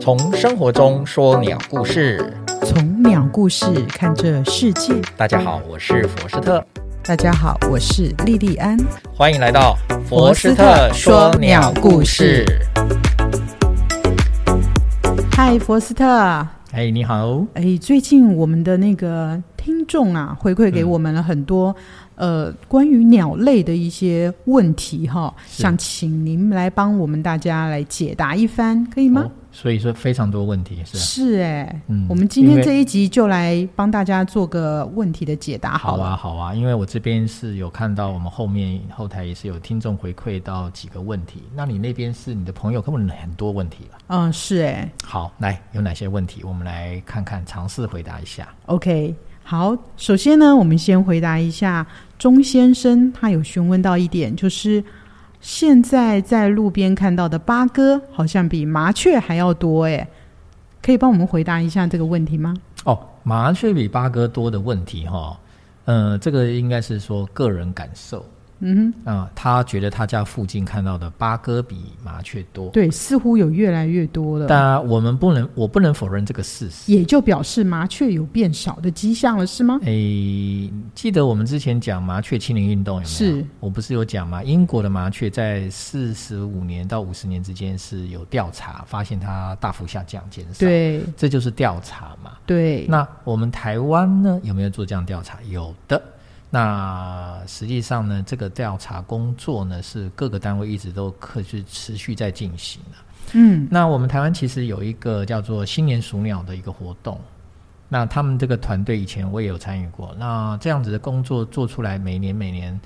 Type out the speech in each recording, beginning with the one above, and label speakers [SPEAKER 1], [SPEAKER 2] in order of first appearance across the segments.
[SPEAKER 1] 从生活中说鸟故事。
[SPEAKER 2] 从鸟故事看这世界。
[SPEAKER 1] 大家好，我是佛斯特，
[SPEAKER 2] 大家好，我是莉莉安。
[SPEAKER 1] 欢迎来到
[SPEAKER 2] 佛斯特说鸟故事。嗨，佛斯特。
[SPEAKER 1] 哎，你好，
[SPEAKER 2] 哎，最近我们的那个听众啊，回馈给
[SPEAKER 1] 嗯
[SPEAKER 2] 我们了很多、呃关于鸟类的一些问题哈，
[SPEAKER 1] 是
[SPEAKER 2] 想请您来帮我们大家来解答一番，可以吗？
[SPEAKER 1] 哦所以说非常多问题是吧啊
[SPEAKER 2] 是哎、
[SPEAKER 1] 嗯
[SPEAKER 2] 我们今天
[SPEAKER 1] 因为
[SPEAKER 2] 这一集就来帮大家做个问题的解答
[SPEAKER 1] 好
[SPEAKER 2] 了。
[SPEAKER 1] 啊，好啊，因为我这边是有看到我们后面后台也是有听众回馈到几个问题，那你那边是你的朋友根本很多问题吧？
[SPEAKER 2] 嗯，是哎、
[SPEAKER 1] 好，来有哪些问题，我们来看看，尝试回答一下。
[SPEAKER 2] OK，好，首先呢，我们先回答一下钟先生，他有询问到一点，就是现在在路边看到的八哥好像比麻雀还要多，哎，可以帮我们回答一下这个问题吗？
[SPEAKER 1] 哦，麻雀比八哥多的问题哈、呃，这个应该是说个人感受
[SPEAKER 2] 嗯
[SPEAKER 1] 啊、他觉得他家附近看到的八哥比麻雀多
[SPEAKER 2] 哼，，对，似乎有越来越多了，
[SPEAKER 1] 但我们不能，我不能否认这个事实。
[SPEAKER 2] 也就表示麻雀有变少的迹象了，是吗？
[SPEAKER 1] 诶，记得我们之前讲麻雀清零运动有没有？
[SPEAKER 2] 是，
[SPEAKER 1] 我不是有讲吗？英国的麻雀在四十五年到五十年之间是有调查，发现它大幅下降减少，，
[SPEAKER 2] 对
[SPEAKER 1] 这就是调查嘛。
[SPEAKER 2] 对，
[SPEAKER 1] 那我们台湾呢，有没有做这样调查？有的。那实际上呢，这个调查工作呢，是各个单位一直都可是持续在进行的。
[SPEAKER 2] 嗯
[SPEAKER 1] 那我们台湾其实有一个叫做“新年数鸟”的一个活动，那他们这个团队以前我也有参与过。那这样子的工作做出来，每年每年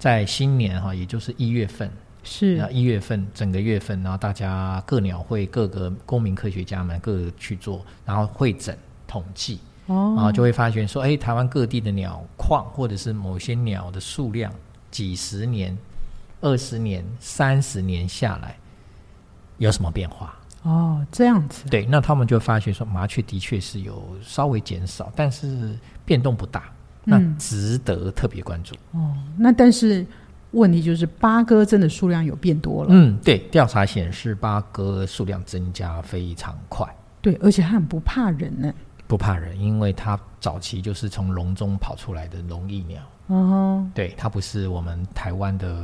[SPEAKER 1] 在新年哈，也就是一月份，那
[SPEAKER 2] 是
[SPEAKER 1] 一月份整个月份，然后大家各鸟会各个公民科学家们各个去做，然后会诊统计，
[SPEAKER 2] 哦，
[SPEAKER 1] 啊，就会发现说，哎，台湾各地的鸟况或者是某些鸟的数量，几十年、二十年、三十年下来有什么变化？
[SPEAKER 2] 哦这样子，
[SPEAKER 1] 对，那他们就发觉说，麻雀的确是有稍微减少，但是变动不大，那
[SPEAKER 2] 嗯
[SPEAKER 1] 值得特别关注。
[SPEAKER 2] 哦，那但是问题就是八哥真的数量有变多了。
[SPEAKER 1] 嗯，对，调查显示八哥数量增加非常快，
[SPEAKER 2] 对，而且它很不怕人呢。
[SPEAKER 1] 不怕人，因为它早期就是从笼中跑出来的笼翼鸟，
[SPEAKER 2] 哦，
[SPEAKER 1] 对，它不是我们台湾的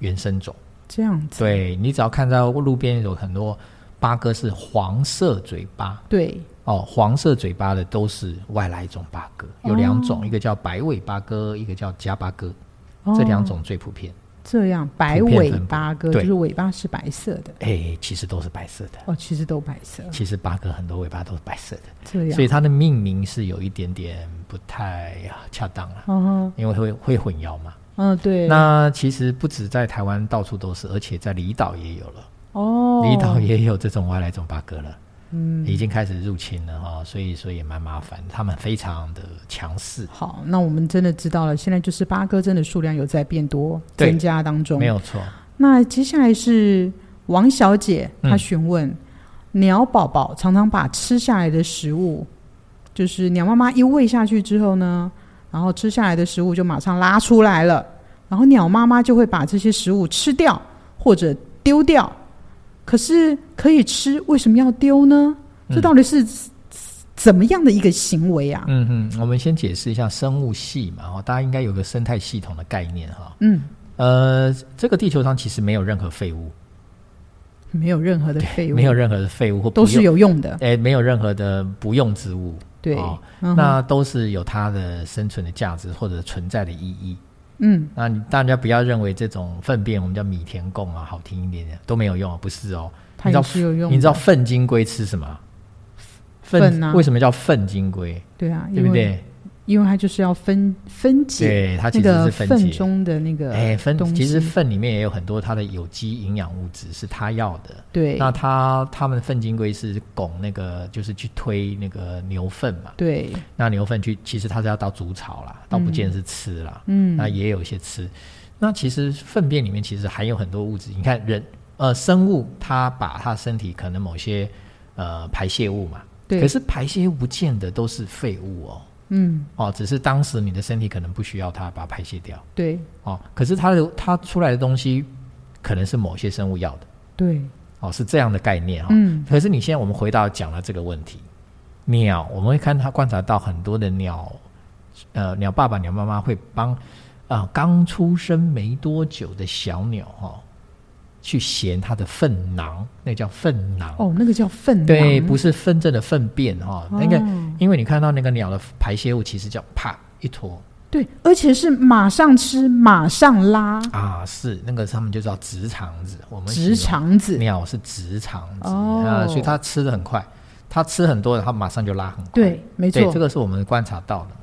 [SPEAKER 1] 原生种。
[SPEAKER 2] 这样子。
[SPEAKER 1] 对你只要看到路边有很多八哥是黄色嘴巴
[SPEAKER 2] 对
[SPEAKER 1] 哦，黄色嘴巴的都是外来种八哥，有两种，一个叫白尾八哥，一个叫夹八哥，
[SPEAKER 2] 哦
[SPEAKER 1] 这两种最普遍。
[SPEAKER 2] 这样白
[SPEAKER 1] 普遍
[SPEAKER 2] 尾
[SPEAKER 1] 分布
[SPEAKER 2] 八哥
[SPEAKER 1] 对
[SPEAKER 2] 就是尾巴是白色的。
[SPEAKER 1] 哎，其实都是白色的，
[SPEAKER 2] 哦，其实都白色。
[SPEAKER 1] 其实八哥很多尾巴都是白色的，
[SPEAKER 2] 这样。
[SPEAKER 1] 所以它的命名是有一点点不太啊恰当了、
[SPEAKER 2] 哦，
[SPEAKER 1] 因为会会混淆嘛。
[SPEAKER 2] 嗯，对。
[SPEAKER 1] 那其实不止在台湾到处都是，而且在离岛也有了。
[SPEAKER 2] 哦，
[SPEAKER 1] 离岛也有这种外来种八哥了，
[SPEAKER 2] 嗯，
[SPEAKER 1] 已经开始入侵了哈、所以说也蛮麻烦，他们非常的强势，
[SPEAKER 2] 好，那我们真的知道了，现在就是八哥真的数量有在变多
[SPEAKER 1] 对
[SPEAKER 2] 增加当中。
[SPEAKER 1] 没。有错。
[SPEAKER 2] 那接下来是王小姐，她
[SPEAKER 1] 嗯
[SPEAKER 2] 询问、鸟宝宝常常把吃下来的食物，就是鸟妈妈一喂下去之后呢，然后吃下来的食物就马上拉出来了，然后鸟妈妈就会把这些食物吃掉或者丢掉。可是可以吃，为什么要丢呢？这
[SPEAKER 1] 嗯
[SPEAKER 2] 到底是怎么样的一个行为啊？
[SPEAKER 1] 嗯哼，我们先解释一下生物系嘛，哦，大家应该有个生态系统的概念哈、
[SPEAKER 2] 嗯，
[SPEAKER 1] 呃，这个地球上其实没有任何废物，
[SPEAKER 2] 没有任何的废物，
[SPEAKER 1] 没有任何的废物或不
[SPEAKER 2] 都是
[SPEAKER 1] 用，
[SPEAKER 2] 有用的。
[SPEAKER 1] 哎，没有任何的不用之物，
[SPEAKER 2] 对，
[SPEAKER 1] 哦
[SPEAKER 2] 嗯哼
[SPEAKER 1] 那都是有它的生存的价值或者存在的意义。
[SPEAKER 2] 嗯，
[SPEAKER 1] 那你大家不要认为这种粪便我们叫米田共啊，好听一点点都没有用啊，不是哦。
[SPEAKER 2] 它
[SPEAKER 1] 你知
[SPEAKER 2] 也
[SPEAKER 1] 道
[SPEAKER 2] 是有用的。
[SPEAKER 1] 你知道粪金龟吃什么？
[SPEAKER 2] 粪啊
[SPEAKER 1] 为什么叫粪金龟？
[SPEAKER 2] 对啊，
[SPEAKER 1] 对不
[SPEAKER 2] 因为
[SPEAKER 1] 对？
[SPEAKER 2] 因为它就是要分分解
[SPEAKER 1] 对，它其
[SPEAKER 2] 那
[SPEAKER 1] 实
[SPEAKER 2] 个
[SPEAKER 1] 是分
[SPEAKER 2] 粪
[SPEAKER 1] 解。
[SPEAKER 2] 中的那个
[SPEAKER 1] 哎，粪
[SPEAKER 2] 东西
[SPEAKER 1] 其实粪里面也有很多它的有机营养物质是它要的。
[SPEAKER 2] 对
[SPEAKER 1] 那它它们粪金龟是拱那个，就是去推那个牛粪嘛。
[SPEAKER 2] 对，
[SPEAKER 1] 那牛粪去，其实它是要到筑巢啦，倒不见得是吃啦。
[SPEAKER 2] 嗯
[SPEAKER 1] 那也有一些吃。那其实粪便里面其实含有很多物质，你看人呃生物它把它身体可能某些呃排泄物嘛，
[SPEAKER 2] 对
[SPEAKER 1] 可是排泄物不见得都是废物哦，
[SPEAKER 2] 嗯
[SPEAKER 1] 哦，只是当时你的身体可能不需要它把它排泄掉
[SPEAKER 2] 对
[SPEAKER 1] 哦，可是它的它出来的东西可能是某些生物要的，
[SPEAKER 2] 对
[SPEAKER 1] 哦，是这样的概念哈、
[SPEAKER 2] 嗯
[SPEAKER 1] 可是你现在我们回到讲了这个问题，鸟我们会看它观察到很多的鸟，呃，鸟爸爸、鸟妈妈会帮啊、刚出生没多久的小鸟哈、哦，去衔它的粪囊，那叫粪囊。
[SPEAKER 2] 哦，那个叫粪
[SPEAKER 1] 对，
[SPEAKER 2] 囊
[SPEAKER 1] 不是粪症的粪便哈、
[SPEAKER 2] 哦
[SPEAKER 1] 那个、因为你看到那个鸟的排泄物，其实叫啪一坨
[SPEAKER 2] 对，而且是马上吃，马上拉，
[SPEAKER 1] 啊，是那个他们就叫直肠子，我们
[SPEAKER 2] 直
[SPEAKER 1] 形容
[SPEAKER 2] 肠子。
[SPEAKER 1] 鸟是直肠子啊、
[SPEAKER 2] 哦
[SPEAKER 1] 所以它吃的很快，它吃很多，它马上就拉很快。
[SPEAKER 2] 对，没
[SPEAKER 1] 对，
[SPEAKER 2] 错
[SPEAKER 1] 这，个是我们观察到的嘛。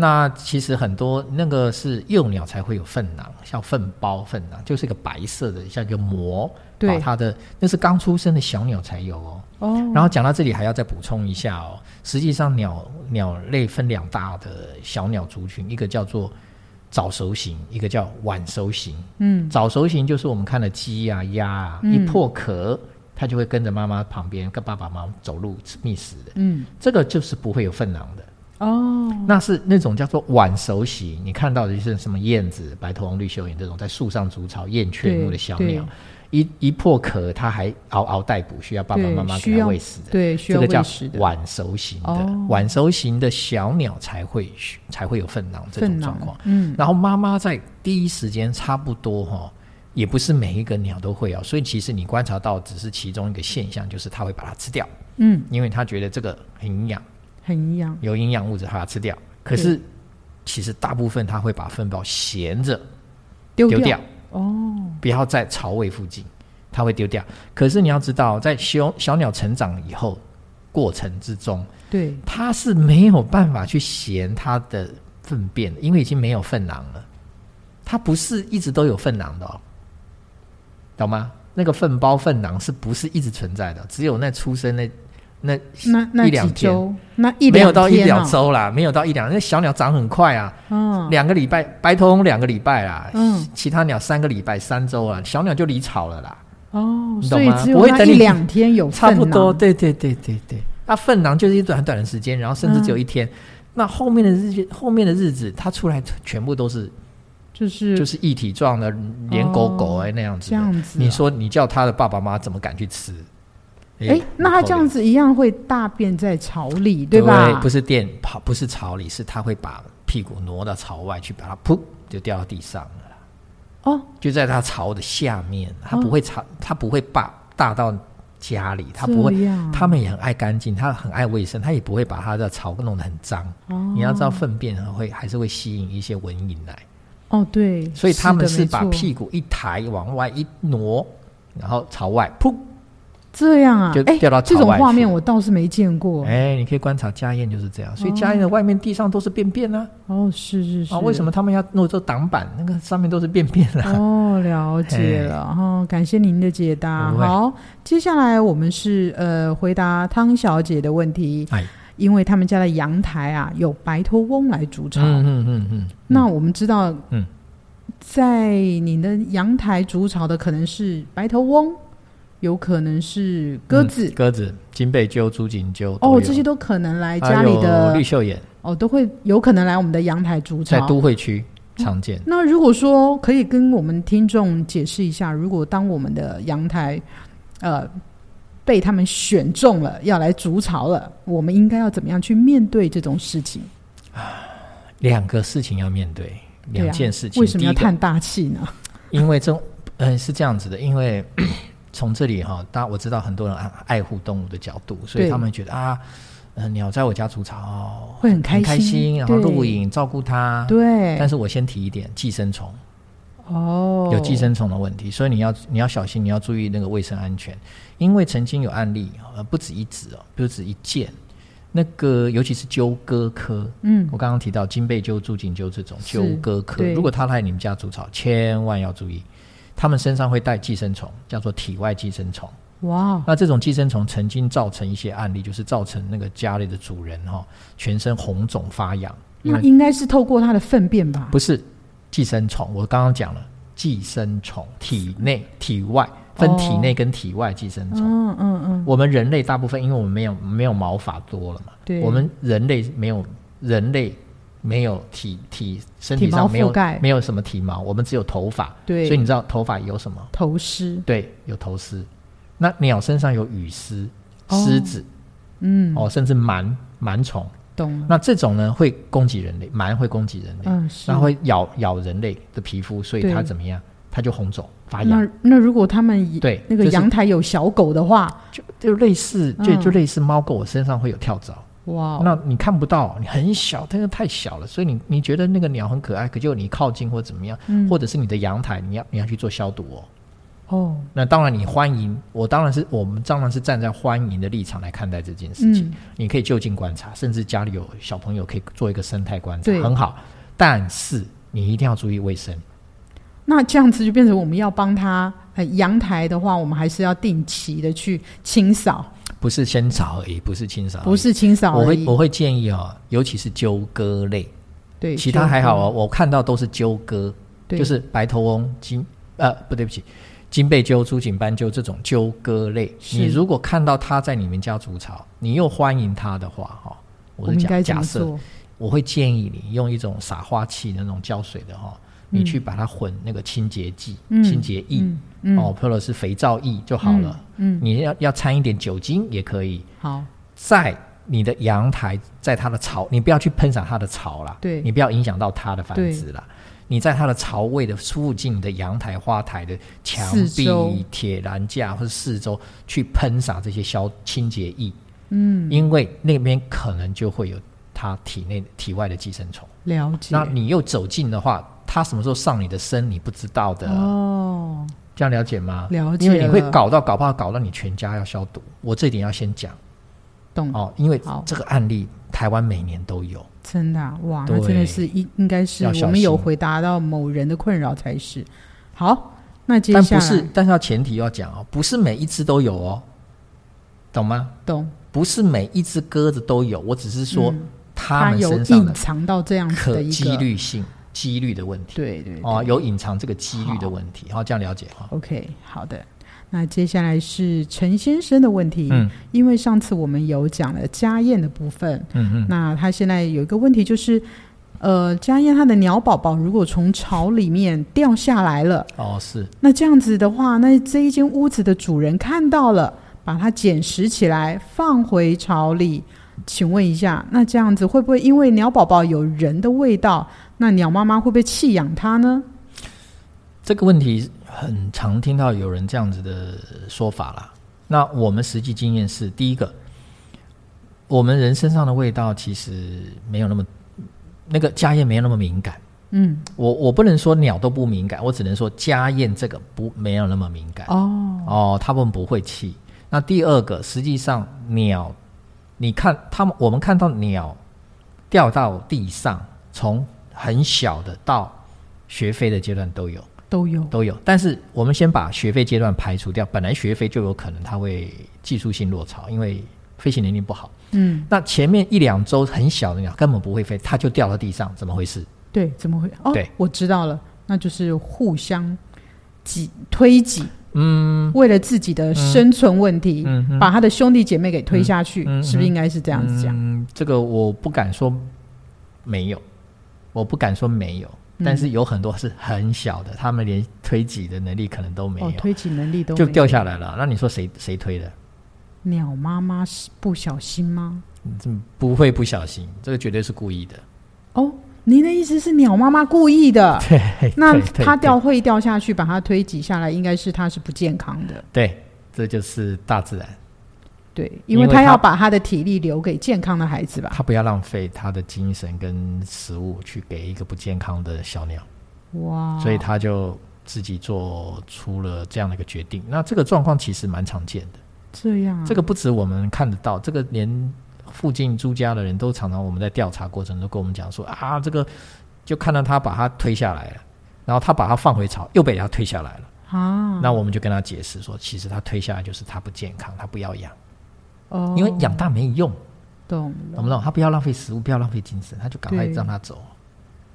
[SPEAKER 1] 那其实很多那个是幼鸟才会有粪囊，像粪包、粪囊，就是一个白色的，像一个膜，
[SPEAKER 2] 对
[SPEAKER 1] 把它的那是刚出生的小鸟才有哦。
[SPEAKER 2] 哦，
[SPEAKER 1] 然后讲到这里还要再补充一下哦，实际上鸟鸟类分两大的小鸟族群，一个叫做早熟型，一个叫晚熟型。
[SPEAKER 2] 嗯，
[SPEAKER 1] 早熟型就是我们看的鸡啊、鸭啊，
[SPEAKER 2] 嗯
[SPEAKER 1] 一破壳它就会跟着妈妈旁边，跟爸爸妈妈走路吃觅食的，
[SPEAKER 2] 嗯，
[SPEAKER 1] 这个就是不会有粪囊的。
[SPEAKER 2] 哦，
[SPEAKER 1] 那是那种叫做晚熟型，你看到的就是什么燕子、白头翁、绿袖眼这种在树上筑巢、燕雀目的小
[SPEAKER 2] 对
[SPEAKER 1] 鸟
[SPEAKER 2] 对，
[SPEAKER 1] 一一破壳它还嗷嗷待哺，需要爸爸
[SPEAKER 2] 对
[SPEAKER 1] 妈妈
[SPEAKER 2] 需
[SPEAKER 1] 给它
[SPEAKER 2] 要
[SPEAKER 1] 喂食的。
[SPEAKER 2] 对，需
[SPEAKER 1] 这
[SPEAKER 2] 要
[SPEAKER 1] 个
[SPEAKER 2] 喂
[SPEAKER 1] 叫
[SPEAKER 2] 食的，
[SPEAKER 1] 晚熟型的，
[SPEAKER 2] 哦
[SPEAKER 1] 晚熟型的小鸟才会才会有粪囊这
[SPEAKER 2] 粪
[SPEAKER 1] 种状
[SPEAKER 2] 囊
[SPEAKER 1] 况。，
[SPEAKER 2] 嗯，
[SPEAKER 1] 然后妈妈在第一时间差不多哈、哦，也不是每一个鸟都会哦，所以其实你观察到只是其中一个现象，就是它会把它吃掉，
[SPEAKER 2] 嗯，
[SPEAKER 1] 因为它觉得这个很营养，
[SPEAKER 2] 很一样，
[SPEAKER 1] 有营养物质，它把它吃掉。可是其实大部分它会把粪包衔着
[SPEAKER 2] 丢
[SPEAKER 1] 丢
[SPEAKER 2] 掉
[SPEAKER 1] 掉，
[SPEAKER 2] 哦，
[SPEAKER 1] 不要在巢位附近，它会丢掉。可是你要知道，在小小鸟成长以后过程之中，
[SPEAKER 2] 对，
[SPEAKER 1] 它是没有办法去衔它的粪便的，因为已经没有粪囊了。它不是一直都有粪囊的、哦，懂吗？那个粪包、粪囊是不是一直存在的？只有那出生那那
[SPEAKER 2] 那那
[SPEAKER 1] 一
[SPEAKER 2] 几
[SPEAKER 1] 两天
[SPEAKER 2] 周，那一
[SPEAKER 1] 没
[SPEAKER 2] 两
[SPEAKER 1] 有到一
[SPEAKER 2] 天
[SPEAKER 1] 两
[SPEAKER 2] 哦，
[SPEAKER 1] 周啦，没有到一两。那小鸟长很快啊，
[SPEAKER 2] 嗯，
[SPEAKER 1] 两个礼拜，白头翁两个礼拜啦，
[SPEAKER 2] 嗯
[SPEAKER 1] 其他鸟三个礼拜、三周啊，小鸟就离巢了啦，
[SPEAKER 2] 哦，
[SPEAKER 1] 你
[SPEAKER 2] 所
[SPEAKER 1] 懂
[SPEAKER 2] 以
[SPEAKER 1] 吗
[SPEAKER 2] 只有
[SPEAKER 1] 不会
[SPEAKER 2] 那
[SPEAKER 1] 等
[SPEAKER 2] 一
[SPEAKER 1] 你
[SPEAKER 2] 两天 有
[SPEAKER 1] 差不
[SPEAKER 2] 粪
[SPEAKER 1] 多。
[SPEAKER 2] 囊
[SPEAKER 1] 对对对对对，那粪囊就是一短短的时间，然后甚至
[SPEAKER 2] 嗯
[SPEAKER 1] 只有一天。那后面的日后面的日子，它出来全部都是
[SPEAKER 2] 啊就是
[SPEAKER 1] 就是一体状的，连狗狗哎、那样子
[SPEAKER 2] 嗯这
[SPEAKER 1] 的。
[SPEAKER 2] 样子啊。
[SPEAKER 1] 你说你叫它的爸爸妈妈怎么敢去吃？
[SPEAKER 2] 哎，那它这样
[SPEAKER 1] 子
[SPEAKER 2] 子一样会大便在巢里，吧
[SPEAKER 1] 不？是电跑，不是巢里，是它会把屁股挪到巢外去，把它噗就掉到地上了。
[SPEAKER 2] 哦，
[SPEAKER 1] 就在它巢的下面，它
[SPEAKER 2] 哦
[SPEAKER 1] 不会巢，它不会霸大到家里，它
[SPEAKER 2] 这
[SPEAKER 1] 不会，
[SPEAKER 2] 样
[SPEAKER 1] 它们也很爱干净，它很爱卫生，它也不会把它的巢弄得很脏。
[SPEAKER 2] 哦
[SPEAKER 1] 你要知道，粪便会还是会吸引一些蚊蝇来，
[SPEAKER 2] 哦，对，
[SPEAKER 1] 所以他们是
[SPEAKER 2] 的
[SPEAKER 1] 把
[SPEAKER 2] 没错
[SPEAKER 1] 屁股一抬往外一挪，然后朝外噗。
[SPEAKER 2] 这样啊
[SPEAKER 1] 就，
[SPEAKER 2] 哎，
[SPEAKER 1] 掉到
[SPEAKER 2] 这
[SPEAKER 1] 草
[SPEAKER 2] 种
[SPEAKER 1] 外
[SPEAKER 2] 画
[SPEAKER 1] 去
[SPEAKER 2] 面我倒是没见过。
[SPEAKER 1] 哎，你可以观察家燕就是这样，所以家燕的外面地上都是便便啊。
[SPEAKER 2] 哦，是是哦是，
[SPEAKER 1] 啊，为什么他们要弄做挡板？那个上面都是便便啊。
[SPEAKER 2] 哦，了解
[SPEAKER 1] 嘿
[SPEAKER 2] 了哦，感谢您的解答。
[SPEAKER 1] 不会
[SPEAKER 2] 好，接下来我们是呃回答汤小姐的问题，
[SPEAKER 1] 哎，
[SPEAKER 2] 因为他们家的阳台啊有白头翁来筑巢，
[SPEAKER 1] 嗯嗯嗯嗯，
[SPEAKER 2] 那我们知道，
[SPEAKER 1] 嗯，
[SPEAKER 2] 在你的阳台筑巢的可能是白头翁，有可能是鸽子，
[SPEAKER 1] 嗯鸽子、金背鸠、猪颈鸠都
[SPEAKER 2] 哦，
[SPEAKER 1] 有
[SPEAKER 2] 这些都可能
[SPEAKER 1] 还
[SPEAKER 2] 来家里
[SPEAKER 1] 有
[SPEAKER 2] 的
[SPEAKER 1] 绿袖眼，
[SPEAKER 2] 哦，都会有可能来我们的阳台筑
[SPEAKER 1] 在
[SPEAKER 2] 巢。
[SPEAKER 1] 都会区常见。
[SPEAKER 2] 那如果说可以跟我们听众解释一下，如果当我们的阳台，呃，被他们选中了，要来筑巢了，我们应该要怎么样去面对这种事情？
[SPEAKER 1] 两个事情要面对，
[SPEAKER 2] 对啊
[SPEAKER 1] 两件事情。
[SPEAKER 2] 为什么要
[SPEAKER 1] 第一个
[SPEAKER 2] 叹大气呢？
[SPEAKER 1] 因为这，嗯、是这样子的，因为 从这里哈、当然我知道很多人爱爱护动物的角度，所以
[SPEAKER 2] 对
[SPEAKER 1] 他们觉得啊，嗯、鸟在我家筑巢
[SPEAKER 2] 会很开
[SPEAKER 1] 很
[SPEAKER 2] 心，
[SPEAKER 1] 开心，然后
[SPEAKER 2] 对
[SPEAKER 1] 露营照顾它。
[SPEAKER 2] 对，
[SPEAKER 1] 啊但是我先提一点，寄生虫
[SPEAKER 2] 哦，
[SPEAKER 1] 有寄生虫的问题，所以你要你要小心，你要注意那个卫生安全，因为曾经有案例，呃，不止一只哦，不止一件，那个尤其是鸠鸽科，
[SPEAKER 2] 嗯，
[SPEAKER 1] 我刚刚提到金背鸠、柱颈鸠这种
[SPEAKER 2] 是
[SPEAKER 1] 鸠鸽科
[SPEAKER 2] 对，
[SPEAKER 1] 如果它来你们家筑巢，千万要注意，它们身上会带寄生虫，叫做体外寄生虫。
[SPEAKER 2] 哇，
[SPEAKER 1] 那这种寄生虫曾经造成一些案例，就是造成那个家里的主人哈、哦、全身红肿发痒，因
[SPEAKER 2] 那
[SPEAKER 1] 为
[SPEAKER 2] 应该是透过它的粪便吧？
[SPEAKER 1] 不是寄生虫，我刚刚讲了，寄生虫体内、
[SPEAKER 2] 哦
[SPEAKER 1] 体外分体内跟体外寄生虫。
[SPEAKER 2] 嗯嗯嗯，
[SPEAKER 1] 我们人类大部分，因为我们没有没有毛发多了嘛，
[SPEAKER 2] 对，
[SPEAKER 1] 我们人类没有人类没有体体身体
[SPEAKER 2] 体毛
[SPEAKER 1] 上没有
[SPEAKER 2] 覆盖
[SPEAKER 1] 没有什么体毛，我们只有头发，
[SPEAKER 2] 对
[SPEAKER 1] 所以你知道头发有什么？
[SPEAKER 2] 头虱，
[SPEAKER 1] 对，有头丝。那鸟身上有羽丝、
[SPEAKER 2] 哦
[SPEAKER 1] 虱子
[SPEAKER 2] 嗯，
[SPEAKER 1] 哦甚至螨螨虫，
[SPEAKER 2] 懂了，
[SPEAKER 1] 那这种呢会攻击人类，螨会攻击人类，
[SPEAKER 2] 嗯，是
[SPEAKER 1] 那、。会咬咬人类的皮肤，所以
[SPEAKER 2] 对
[SPEAKER 1] 它怎么样？它就红肿发痒。
[SPEAKER 2] 那那如果他们以
[SPEAKER 1] 对，
[SPEAKER 2] 那个
[SPEAKER 1] 就是
[SPEAKER 2] 阳台有小狗的话，
[SPEAKER 1] 就类似，就
[SPEAKER 2] 嗯
[SPEAKER 1] 就类似猫狗身上会有跳蚤，
[SPEAKER 2] 哇，哦
[SPEAKER 1] 那你看不到，你很小，但是太小了，所以你你觉得那个鸟很可爱，可就你靠近或怎么样，
[SPEAKER 2] 嗯
[SPEAKER 1] 或者是你的阳台，你要你要去做消毒哦。
[SPEAKER 2] 哦，
[SPEAKER 1] 那当然，你欢迎我，当然是我们当然是站在欢迎的立场来看待这件事情。
[SPEAKER 2] 嗯，
[SPEAKER 1] 你可以就近观察，甚至家里有小朋友可以做一个生态观察，
[SPEAKER 2] 对
[SPEAKER 1] 很好。但是你一定要注意卫生。
[SPEAKER 2] 那这样子就变成我们要帮他呃阳台的话，我们还是要定期的去清扫，
[SPEAKER 1] 不是先扫而已，不是清扫而已，
[SPEAKER 2] 不是清扫
[SPEAKER 1] 啊我
[SPEAKER 2] 而
[SPEAKER 1] 会
[SPEAKER 2] 已。
[SPEAKER 1] 我会建议哦，尤其是鸠鸽类，
[SPEAKER 2] 对，
[SPEAKER 1] 其他还好哦。
[SPEAKER 2] 就，
[SPEAKER 1] 我看到都是鸠鸽，
[SPEAKER 2] 对
[SPEAKER 1] 就是白头翁、金呃不对不起，金背鸠、朱颈斑鸠这种鸠鸽类。
[SPEAKER 2] 是
[SPEAKER 1] 你如果看到它在你们家筑巢，你又欢迎它的话，哈、
[SPEAKER 2] 我
[SPEAKER 1] 是
[SPEAKER 2] 们应
[SPEAKER 1] 假
[SPEAKER 2] 该怎
[SPEAKER 1] 假
[SPEAKER 2] 么
[SPEAKER 1] 设，
[SPEAKER 2] 做？
[SPEAKER 1] 我会建议你用一种撒花器的那种胶水的哈、你去把它混那个清洁剂、
[SPEAKER 2] 嗯
[SPEAKER 1] 清洁液、
[SPEAKER 2] 嗯嗯，
[SPEAKER 1] 哦，或者是肥皂液就好了。
[SPEAKER 2] 嗯，
[SPEAKER 1] 你要要掺一点酒精也可以，
[SPEAKER 2] 好，
[SPEAKER 1] 在你的阳台，在它的巢，你不要去喷洒它的巢啦，
[SPEAKER 2] 对
[SPEAKER 1] 你不要影响到它的繁殖啦。你在它的巢位的附近，你的阳台、花台的墙
[SPEAKER 2] 四周
[SPEAKER 1] 壁、铁栏架或者四周去喷洒这些消清洁液，
[SPEAKER 2] 嗯，
[SPEAKER 1] 因为那边可能就会有它体内体外的寄生虫。
[SPEAKER 2] 了解。
[SPEAKER 1] 那你又走近的话，它什么时候上你的身，你不知道的，
[SPEAKER 2] 哦，
[SPEAKER 1] 这样了解吗？
[SPEAKER 2] 了解
[SPEAKER 1] 因为你会
[SPEAKER 2] 了
[SPEAKER 1] 搞到，搞不好搞到你全家要消毒。我这点要先讲。
[SPEAKER 2] 懂，
[SPEAKER 1] 哦，因为
[SPEAKER 2] 嗯好
[SPEAKER 1] 这个案例台湾每年都有，
[SPEAKER 2] 真的啊、哇，
[SPEAKER 1] 对
[SPEAKER 2] 那真的是应应该是
[SPEAKER 1] 要小
[SPEAKER 2] 我们有
[SPEAKER 1] 心
[SPEAKER 2] 回答到某人的困扰才是。好，那接
[SPEAKER 1] 但
[SPEAKER 2] 下
[SPEAKER 1] 不
[SPEAKER 2] 来
[SPEAKER 1] 是，但是要前提要讲哦，不是每一只都有哦，懂吗？
[SPEAKER 2] 懂，
[SPEAKER 1] 不是每一只鸽子都有，我只是说
[SPEAKER 2] 嗯
[SPEAKER 1] 它们
[SPEAKER 2] 有
[SPEAKER 1] 身上
[SPEAKER 2] 隐
[SPEAKER 1] 的
[SPEAKER 2] 藏到这样子
[SPEAKER 1] 可
[SPEAKER 2] 的一
[SPEAKER 1] 几
[SPEAKER 2] 个，
[SPEAKER 1] 率性、几率的问题
[SPEAKER 2] 对对对
[SPEAKER 1] 哦，有隐藏这个几率的问题，好，这样了解哈。
[SPEAKER 2] OK，好的。那接下来是陈先生的问题，
[SPEAKER 1] 嗯
[SPEAKER 2] 因为上次我们有讲了家宴的部分，
[SPEAKER 1] 嗯嗯，
[SPEAKER 2] 那他现在有一个问题就是，呃，家燕它的鸟宝宝如果从巢里面掉下来了，
[SPEAKER 1] 哦是，
[SPEAKER 2] 那这样子的话，那这一间屋子的主人看到了，把它捡拾起来放回巢里。请问一下，那这样子会不会因为鸟宝宝有人的味道，那鸟妈妈会不会弃养它呢？
[SPEAKER 1] 这个问题很常听到有人这样子的说法啦。那我们实际经验是，第一个，我们人身上的味道其实没有那么那个家宴没有那么敏感。
[SPEAKER 2] 嗯，
[SPEAKER 1] 我我不能说鸟都不敏感，我只能说家宴这个不没有那么敏感
[SPEAKER 2] 哦，
[SPEAKER 1] 哦，他们不会气。那第二个，实际上鸟，你看他们，我们看到鸟掉到地上，从很小的到学飞的阶段都有。
[SPEAKER 2] 都有，
[SPEAKER 1] 都有，但是我们先把学费阶段排除掉，本来学费就有可能它会技术性落潮，因为飞行能力不好。
[SPEAKER 2] 嗯，
[SPEAKER 1] 那前面一两周很小的鸟根本不会飞，它就掉到地上，怎么回事？
[SPEAKER 2] 对，怎么会？哦
[SPEAKER 1] 对，
[SPEAKER 2] 我知道了，那就是互相挤推挤，
[SPEAKER 1] 嗯
[SPEAKER 2] 为了自己的生存问题，
[SPEAKER 1] 嗯嗯
[SPEAKER 2] 把他的兄弟姐妹给推下去，
[SPEAKER 1] 嗯嗯
[SPEAKER 2] 是不是应该是这样子讲？
[SPEAKER 1] 嗯，这个我不敢说没有，我不敢说没有，
[SPEAKER 2] 嗯
[SPEAKER 1] 但是有很多是很小的，他们连推挤的能力可能都没有，
[SPEAKER 2] 哦，推挤能力都
[SPEAKER 1] 就
[SPEAKER 2] 没有
[SPEAKER 1] 掉下来了。那你说谁谁推的？
[SPEAKER 2] 鸟妈妈是不小心吗？
[SPEAKER 1] 这不会不小心，这个绝对是故意的。
[SPEAKER 2] 哦，您的意思是鸟妈妈故意的？
[SPEAKER 1] 对，
[SPEAKER 2] 那
[SPEAKER 1] 对对
[SPEAKER 2] 它
[SPEAKER 1] 对
[SPEAKER 2] 掉会掉下去，把它推挤下来，应该是它是不健康的，
[SPEAKER 1] 对，这就是大自然。
[SPEAKER 2] 对，因
[SPEAKER 1] 因
[SPEAKER 2] 为
[SPEAKER 1] 为
[SPEAKER 2] 它要
[SPEAKER 1] 它
[SPEAKER 2] 把它的体力留给健康的孩子吧？
[SPEAKER 1] 他不要浪费他的精神跟食物去给一个不健康的小鸟，
[SPEAKER 2] 哇，
[SPEAKER 1] 所以他就自己做出了这样的一个决定。那这个状况其实蛮常见的，
[SPEAKER 2] 这样啊，
[SPEAKER 1] 这个不止我们看得到，这个连附近朱家的人都常常我们在调查过程都跟我们讲说啊，这个就看到他把它推下来了，然后他把它放回巢，又被他推下来了。
[SPEAKER 2] 啊，
[SPEAKER 1] 那我们就跟他解释说，其实他推下来就是他不健康，他不要养，
[SPEAKER 2] 哦，
[SPEAKER 1] 因为养大没用。
[SPEAKER 2] 懂
[SPEAKER 1] 懂不懂？他不要浪费食物，不要浪费精神，他就赶快
[SPEAKER 2] 对
[SPEAKER 1] 让他走，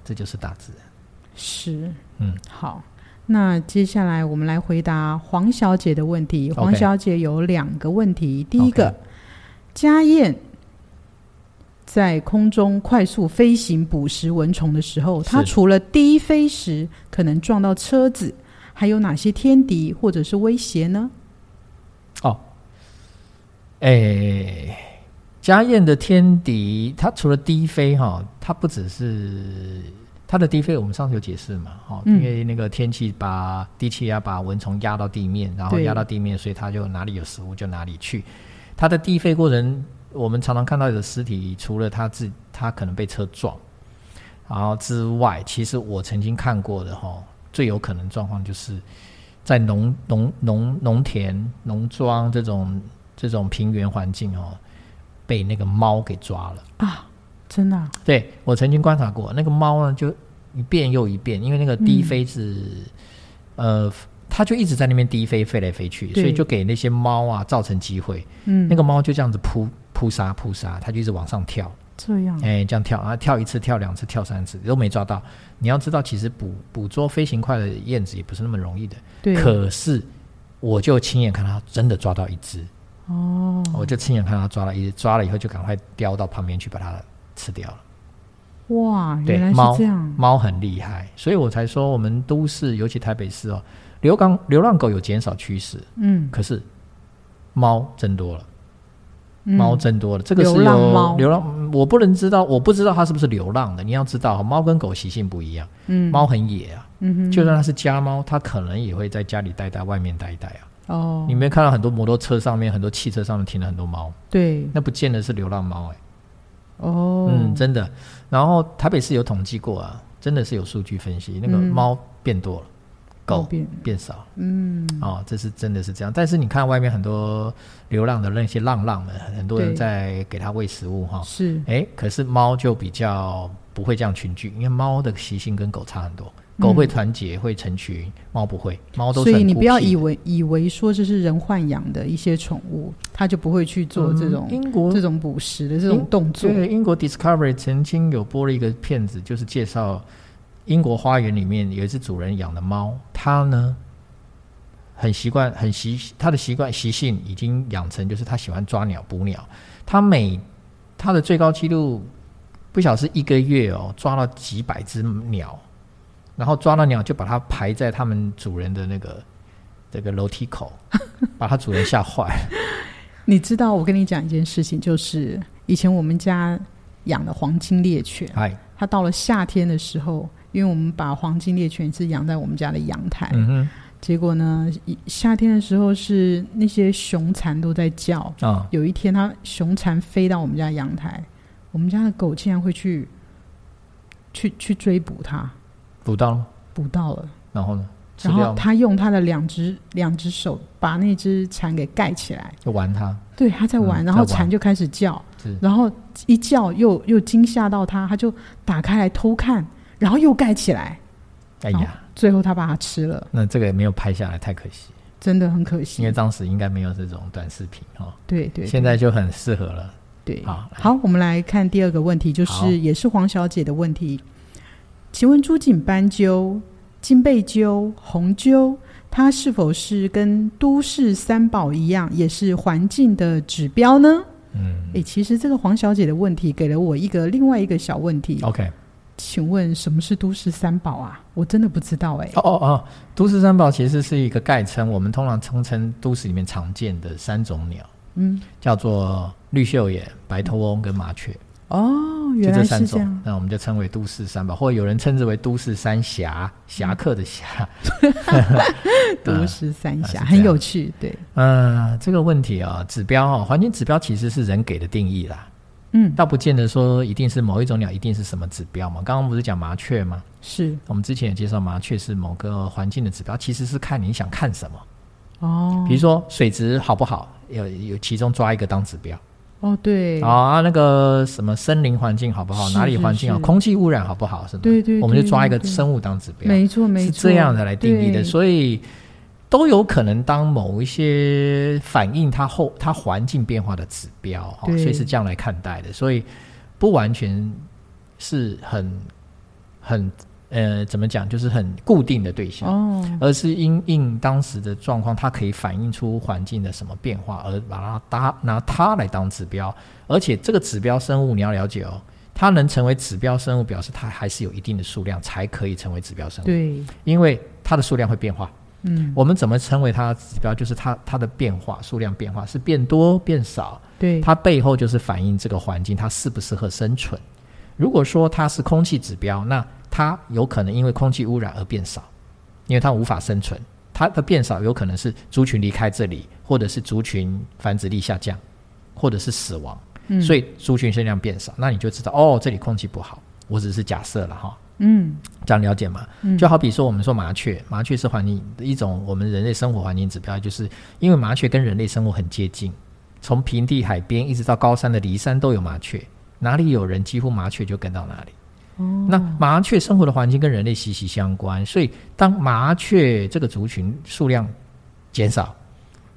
[SPEAKER 1] 这就是大自然。
[SPEAKER 2] 是，
[SPEAKER 1] 嗯，
[SPEAKER 2] 好。那接下来我们来回答黄小姐的问题。
[SPEAKER 1] OK
[SPEAKER 2] 黄小姐有两个问题，第一个
[SPEAKER 1] OK，
[SPEAKER 2] 家燕在空中快速飞行捕食蚊虫的时候，
[SPEAKER 1] 是
[SPEAKER 2] 它除了低飞时可能撞到车子，还有哪些天敌或者是威胁呢？
[SPEAKER 1] 哦哎，家燕的天敌，它除了低飞哈，它不只是它的低飞，我们上次有解释嘛，哈、
[SPEAKER 2] 嗯
[SPEAKER 1] 因为那个天气把低气压把蚊虫压到地面，然后
[SPEAKER 2] 对
[SPEAKER 1] 压到地面，所以它就哪里有食物就哪里去。它的低飞过程，我们常常看到有的尸体，除了它自它可能被车撞，然后之外，其实我曾经看过的哈，最有可能状况就是在农农农农田、农庄这种这种平原环境哦，被那个猫给抓了。
[SPEAKER 2] 啊，真的啊、
[SPEAKER 1] 对我曾经观察过，那个猫呢就一遍又一遍，因为那个
[SPEAKER 2] 嗯
[SPEAKER 1] 低飞是、呃，它就一直在那边低飞，飞来飞去，
[SPEAKER 2] 对
[SPEAKER 1] 所以就给那些猫啊造成机会。
[SPEAKER 2] 嗯，
[SPEAKER 1] 那个猫就这样子扑扑杀扑杀，它就一直往上跳。
[SPEAKER 2] 这样，
[SPEAKER 1] 哎，这样跳啊，跳一次、跳两次、跳三次都没抓到。你要知道，其实捕捕捉飞行快的燕子也不是那么容易的。
[SPEAKER 2] 对，
[SPEAKER 1] 可是我就亲眼看它真的抓到一只，
[SPEAKER 2] 哦，
[SPEAKER 1] 我就亲眼看它抓了一只，抓了以后就赶快叼到旁边去把它吃掉了。
[SPEAKER 2] 哇，
[SPEAKER 1] 对
[SPEAKER 2] 原来
[SPEAKER 1] 猫
[SPEAKER 2] 是这样，
[SPEAKER 1] 猫很厉害，所以我才说我们都市，尤其台北市哦，流港流浪狗有减少趋势，
[SPEAKER 2] 嗯，
[SPEAKER 1] 可是猫增多了。
[SPEAKER 2] 嗯
[SPEAKER 1] 猫增多了，这个是
[SPEAKER 2] 流浪猫
[SPEAKER 1] 有流浪，嗯我不能知道，我不知道它是不是流浪的。你要知道，哦猫跟狗习性不一样，
[SPEAKER 2] 嗯，
[SPEAKER 1] 猫很野啊，
[SPEAKER 2] 嗯哼，
[SPEAKER 1] 就算它是家猫，它可能也会在家里待待，外面待一待啊。
[SPEAKER 2] 哦
[SPEAKER 1] 你，没看到很多摩托车上面、很多汽车上面停了很多猫，
[SPEAKER 2] 对，
[SPEAKER 1] 那不见得是流浪猫哎、
[SPEAKER 2] 哦，
[SPEAKER 1] 嗯，真的。然后台北市有统计过啊，真的是有数据分析，那个
[SPEAKER 2] 嗯
[SPEAKER 1] 猫变多了，狗
[SPEAKER 2] 好变，
[SPEAKER 1] 变少。
[SPEAKER 2] 嗯，
[SPEAKER 1] 哦，这是真的是这样。但是你看外面很多流浪的那些浪浪们，很多人
[SPEAKER 2] 对
[SPEAKER 1] 在给它喂食物哈、
[SPEAKER 2] 是，
[SPEAKER 1] 哎，可是猫就比较不会这样群聚，因为猫的习性跟狗差很多。狗会团结，会成群，猫不会，猫都
[SPEAKER 2] 嗯所
[SPEAKER 1] 是
[SPEAKER 2] 以
[SPEAKER 1] 很
[SPEAKER 2] 你
[SPEAKER 1] 孤
[SPEAKER 2] 不要
[SPEAKER 1] 僻
[SPEAKER 2] 以
[SPEAKER 1] 的
[SPEAKER 2] 为以为说这是人豢养的一些宠物，它就不会去做这
[SPEAKER 1] 嗯
[SPEAKER 2] 种
[SPEAKER 1] 英国
[SPEAKER 2] 这种捕食的这种动作，
[SPEAKER 1] 对英国 Discovery 曾经有播了一个片子，就是介绍英国花园里面有一只主人养的猫，它呢很习惯，很习它的习惯习性已经养成，就是它喜欢抓鸟捕鸟。它每它的最高纪录不晓得是一个月哦，抓了几百只鸟，然后抓了鸟就把它排在他们主人的那个这个楼梯口，把它主人吓坏了。
[SPEAKER 2] 你知道，我跟你讲一件事情，就是以前我们家养的黄金猎犬，
[SPEAKER 1] 哎，
[SPEAKER 2] 它到了夏天的时候，因为我们把黄金猎犬是养在我们家的阳台，
[SPEAKER 1] 嗯
[SPEAKER 2] 结果呢，一夏天的时候是那些熊蝉都在叫。
[SPEAKER 1] 哼，啊、
[SPEAKER 2] 有一天，它熊蝉飞到我们家阳台，我们家的狗竟然会去去去追捕它，
[SPEAKER 1] 捕到了吗？
[SPEAKER 2] 捕到了，
[SPEAKER 1] 然后呢？吃
[SPEAKER 2] 然
[SPEAKER 1] 掉
[SPEAKER 2] 后
[SPEAKER 1] 吗？
[SPEAKER 2] 它用它的两只两只手把那只蝉给盖起来。
[SPEAKER 1] 就玩它，
[SPEAKER 2] 对，他在玩，
[SPEAKER 1] 嗯
[SPEAKER 2] 然后
[SPEAKER 1] 在玩
[SPEAKER 2] 蝉就开始叫
[SPEAKER 1] 是，
[SPEAKER 2] 然后一叫又又惊吓到他，他就打开来偷看，然后又盖起来，
[SPEAKER 1] 哎呀，
[SPEAKER 2] 最后他把它吃了，
[SPEAKER 1] 那这个也没有拍下来，太可惜，
[SPEAKER 2] 真的很可
[SPEAKER 1] 因为
[SPEAKER 2] 惜。
[SPEAKER 1] 当时应该没有这种短视频哦，
[SPEAKER 2] 对对，
[SPEAKER 1] 现在就很适合了。
[SPEAKER 2] 对对
[SPEAKER 1] 好，
[SPEAKER 2] 好，我们来看第二个问题，就
[SPEAKER 1] 好
[SPEAKER 2] 是也是黄小姐的问题，请问朱颈斑鸠、金背鸠、红鸠，它是否是跟都市三宝一样，也是环境的指标呢？
[SPEAKER 1] 嗯
[SPEAKER 2] 诶，其实这个黄小姐的问题给了我一个另外一个小问题。
[SPEAKER 1] ，OK，
[SPEAKER 2] 请问什么是都市三宝啊？我真的不知道哎、
[SPEAKER 1] 哦哦哦，都市三宝其实是一个概称，我们通常通称都市里面常见的三种鸟，
[SPEAKER 2] 嗯，
[SPEAKER 1] 叫做绿袖眼、白头翁跟麻雀，
[SPEAKER 2] 哦，
[SPEAKER 1] 就
[SPEAKER 2] 原
[SPEAKER 1] 这
[SPEAKER 2] 来
[SPEAKER 1] 三
[SPEAKER 2] 是这
[SPEAKER 1] 种
[SPEAKER 2] 样，，
[SPEAKER 1] 那我们就称为都市三宝，或者有人称之为都市三侠，
[SPEAKER 2] 嗯
[SPEAKER 1] 侠客的侠。
[SPEAKER 2] 都市三
[SPEAKER 1] 啊是这
[SPEAKER 2] 峡、
[SPEAKER 1] 样
[SPEAKER 2] 很有趣，对，
[SPEAKER 1] 嗯，这个问题啊、指标哦，环境指标其实是人给的定义啦。
[SPEAKER 2] 嗯，
[SPEAKER 1] 倒不见得说一定是某一种鸟，一定是什么指标嘛。刚刚不是讲麻雀吗？
[SPEAKER 2] 是
[SPEAKER 1] 我们之前也介绍，麻雀是某个环境的指标，其实是看你想看什么。
[SPEAKER 2] 哦
[SPEAKER 1] 比如说水质好不好，有有其中抓一个当指标
[SPEAKER 2] 哦对，
[SPEAKER 1] 啊，那个什么森林环境好不好，
[SPEAKER 2] 是
[SPEAKER 1] 哪里环境好，
[SPEAKER 2] 是是
[SPEAKER 1] 空气污染好不好，什么？
[SPEAKER 2] 对对对
[SPEAKER 1] 我们就抓一个
[SPEAKER 2] 对
[SPEAKER 1] 生物当指标，
[SPEAKER 2] 没错没
[SPEAKER 1] 是
[SPEAKER 2] 错，
[SPEAKER 1] 这样的来定义的，
[SPEAKER 2] 对
[SPEAKER 1] 所以。都有可能当某一些反映它后它环境变化的指标哈、
[SPEAKER 2] 对
[SPEAKER 1] 所以是这样来看待的，所以不完全是很很呃怎么讲，就是很固定的对象，
[SPEAKER 2] 哦，
[SPEAKER 1] 而是因应当时的状况，它可以反映出环境的什么变化，而把它搭拿它来当指标，而且这个指标生物你要了解哦，它能成为指标生物，表示它还是有一定的数量才可以成为指标生物。
[SPEAKER 2] 对，
[SPEAKER 1] 因为它的数量会变化，
[SPEAKER 2] 嗯，
[SPEAKER 1] 我们怎么称为它的指标？就是它它的变化，数量变化是变多变少，
[SPEAKER 2] 对，
[SPEAKER 1] 它背后就是反映这个环境它适不适合生存。如果说它是空气指标，那它有可能因为空气污染而变少，因为它无法生存。它的变少有可能是族群离开这里，或者是族群繁殖力下降，或者是死亡，
[SPEAKER 2] 嗯
[SPEAKER 1] 所以族群数量变少，那你就知道哦，这里空气不好。我只是假设了哈，
[SPEAKER 2] 嗯
[SPEAKER 1] 这样了解吗？
[SPEAKER 2] 嗯
[SPEAKER 1] 就好比说我们说麻雀，麻雀是环境一种我们人类生活环境指标，就是因为麻雀跟人类生活很接近，从平地、海边一直到高山的离山都有麻雀，哪里有人，几乎麻雀就跟到哪里。
[SPEAKER 2] 哦，
[SPEAKER 1] 那麻雀生活的环境跟人类息息相关，所以当麻雀这个族群数量减少，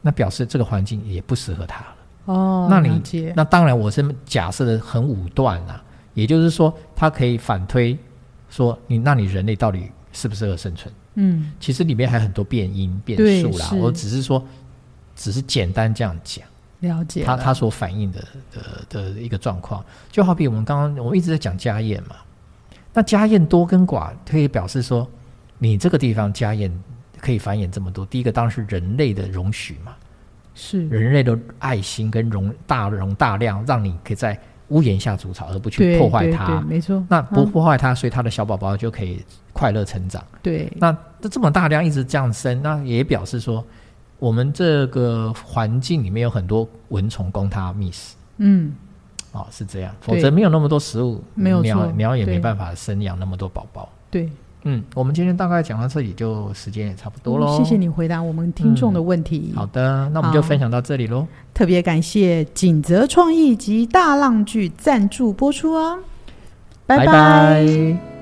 [SPEAKER 1] 那表示这个环境也不适合它了。
[SPEAKER 2] 哦，
[SPEAKER 1] 那你
[SPEAKER 2] 了解
[SPEAKER 1] 那当然，我是假设的很武断啦、也就是说，它可以反推说你，那你人类到底适不适合生存？
[SPEAKER 2] 嗯
[SPEAKER 1] 其实里面还有很多变因变
[SPEAKER 2] 对
[SPEAKER 1] 数啦
[SPEAKER 2] 是。
[SPEAKER 1] 我只是说，只是简单这样讲，
[SPEAKER 2] 了解
[SPEAKER 1] 它
[SPEAKER 2] 了
[SPEAKER 1] 它所反映的的的一个状况，就好比我们刚刚我们一直在讲家宴嘛，那家宴多跟寡可以表示说，你这个地方家宴可以繁衍这么多。第一个当然是人类的容许嘛，
[SPEAKER 2] 是
[SPEAKER 1] 人类的爱心跟容大容大量，让你可以在屋檐下筑巢，而不去
[SPEAKER 2] 对
[SPEAKER 1] 破坏
[SPEAKER 2] 对对
[SPEAKER 1] 它。
[SPEAKER 2] 没错，
[SPEAKER 1] 那不
[SPEAKER 2] 嗯
[SPEAKER 1] 破坏它，所以它的小宝宝就可以快乐成长。
[SPEAKER 2] 对，
[SPEAKER 1] 那这这么大量一直这样生，那也表示说，我们这个环境里面有很多蚊虫供它觅食
[SPEAKER 2] 嗯
[SPEAKER 1] 哦，是这样，
[SPEAKER 2] 对
[SPEAKER 1] 否则没有那么多食物，
[SPEAKER 2] 没有
[SPEAKER 1] 鸟
[SPEAKER 2] 错
[SPEAKER 1] 鸟也没
[SPEAKER 2] 对
[SPEAKER 1] 办法生养那么多宝宝。
[SPEAKER 2] 对，
[SPEAKER 1] 嗯，我们今天大概讲到这里，就时间也差不多喽、
[SPEAKER 2] 嗯谢谢。你回答我们听众的问题。
[SPEAKER 1] 好的，那我们就
[SPEAKER 2] 好
[SPEAKER 1] 分享到这里喽。
[SPEAKER 2] 特别感谢锦泽创意及大浪剧赞助播出哦，拜
[SPEAKER 1] 拜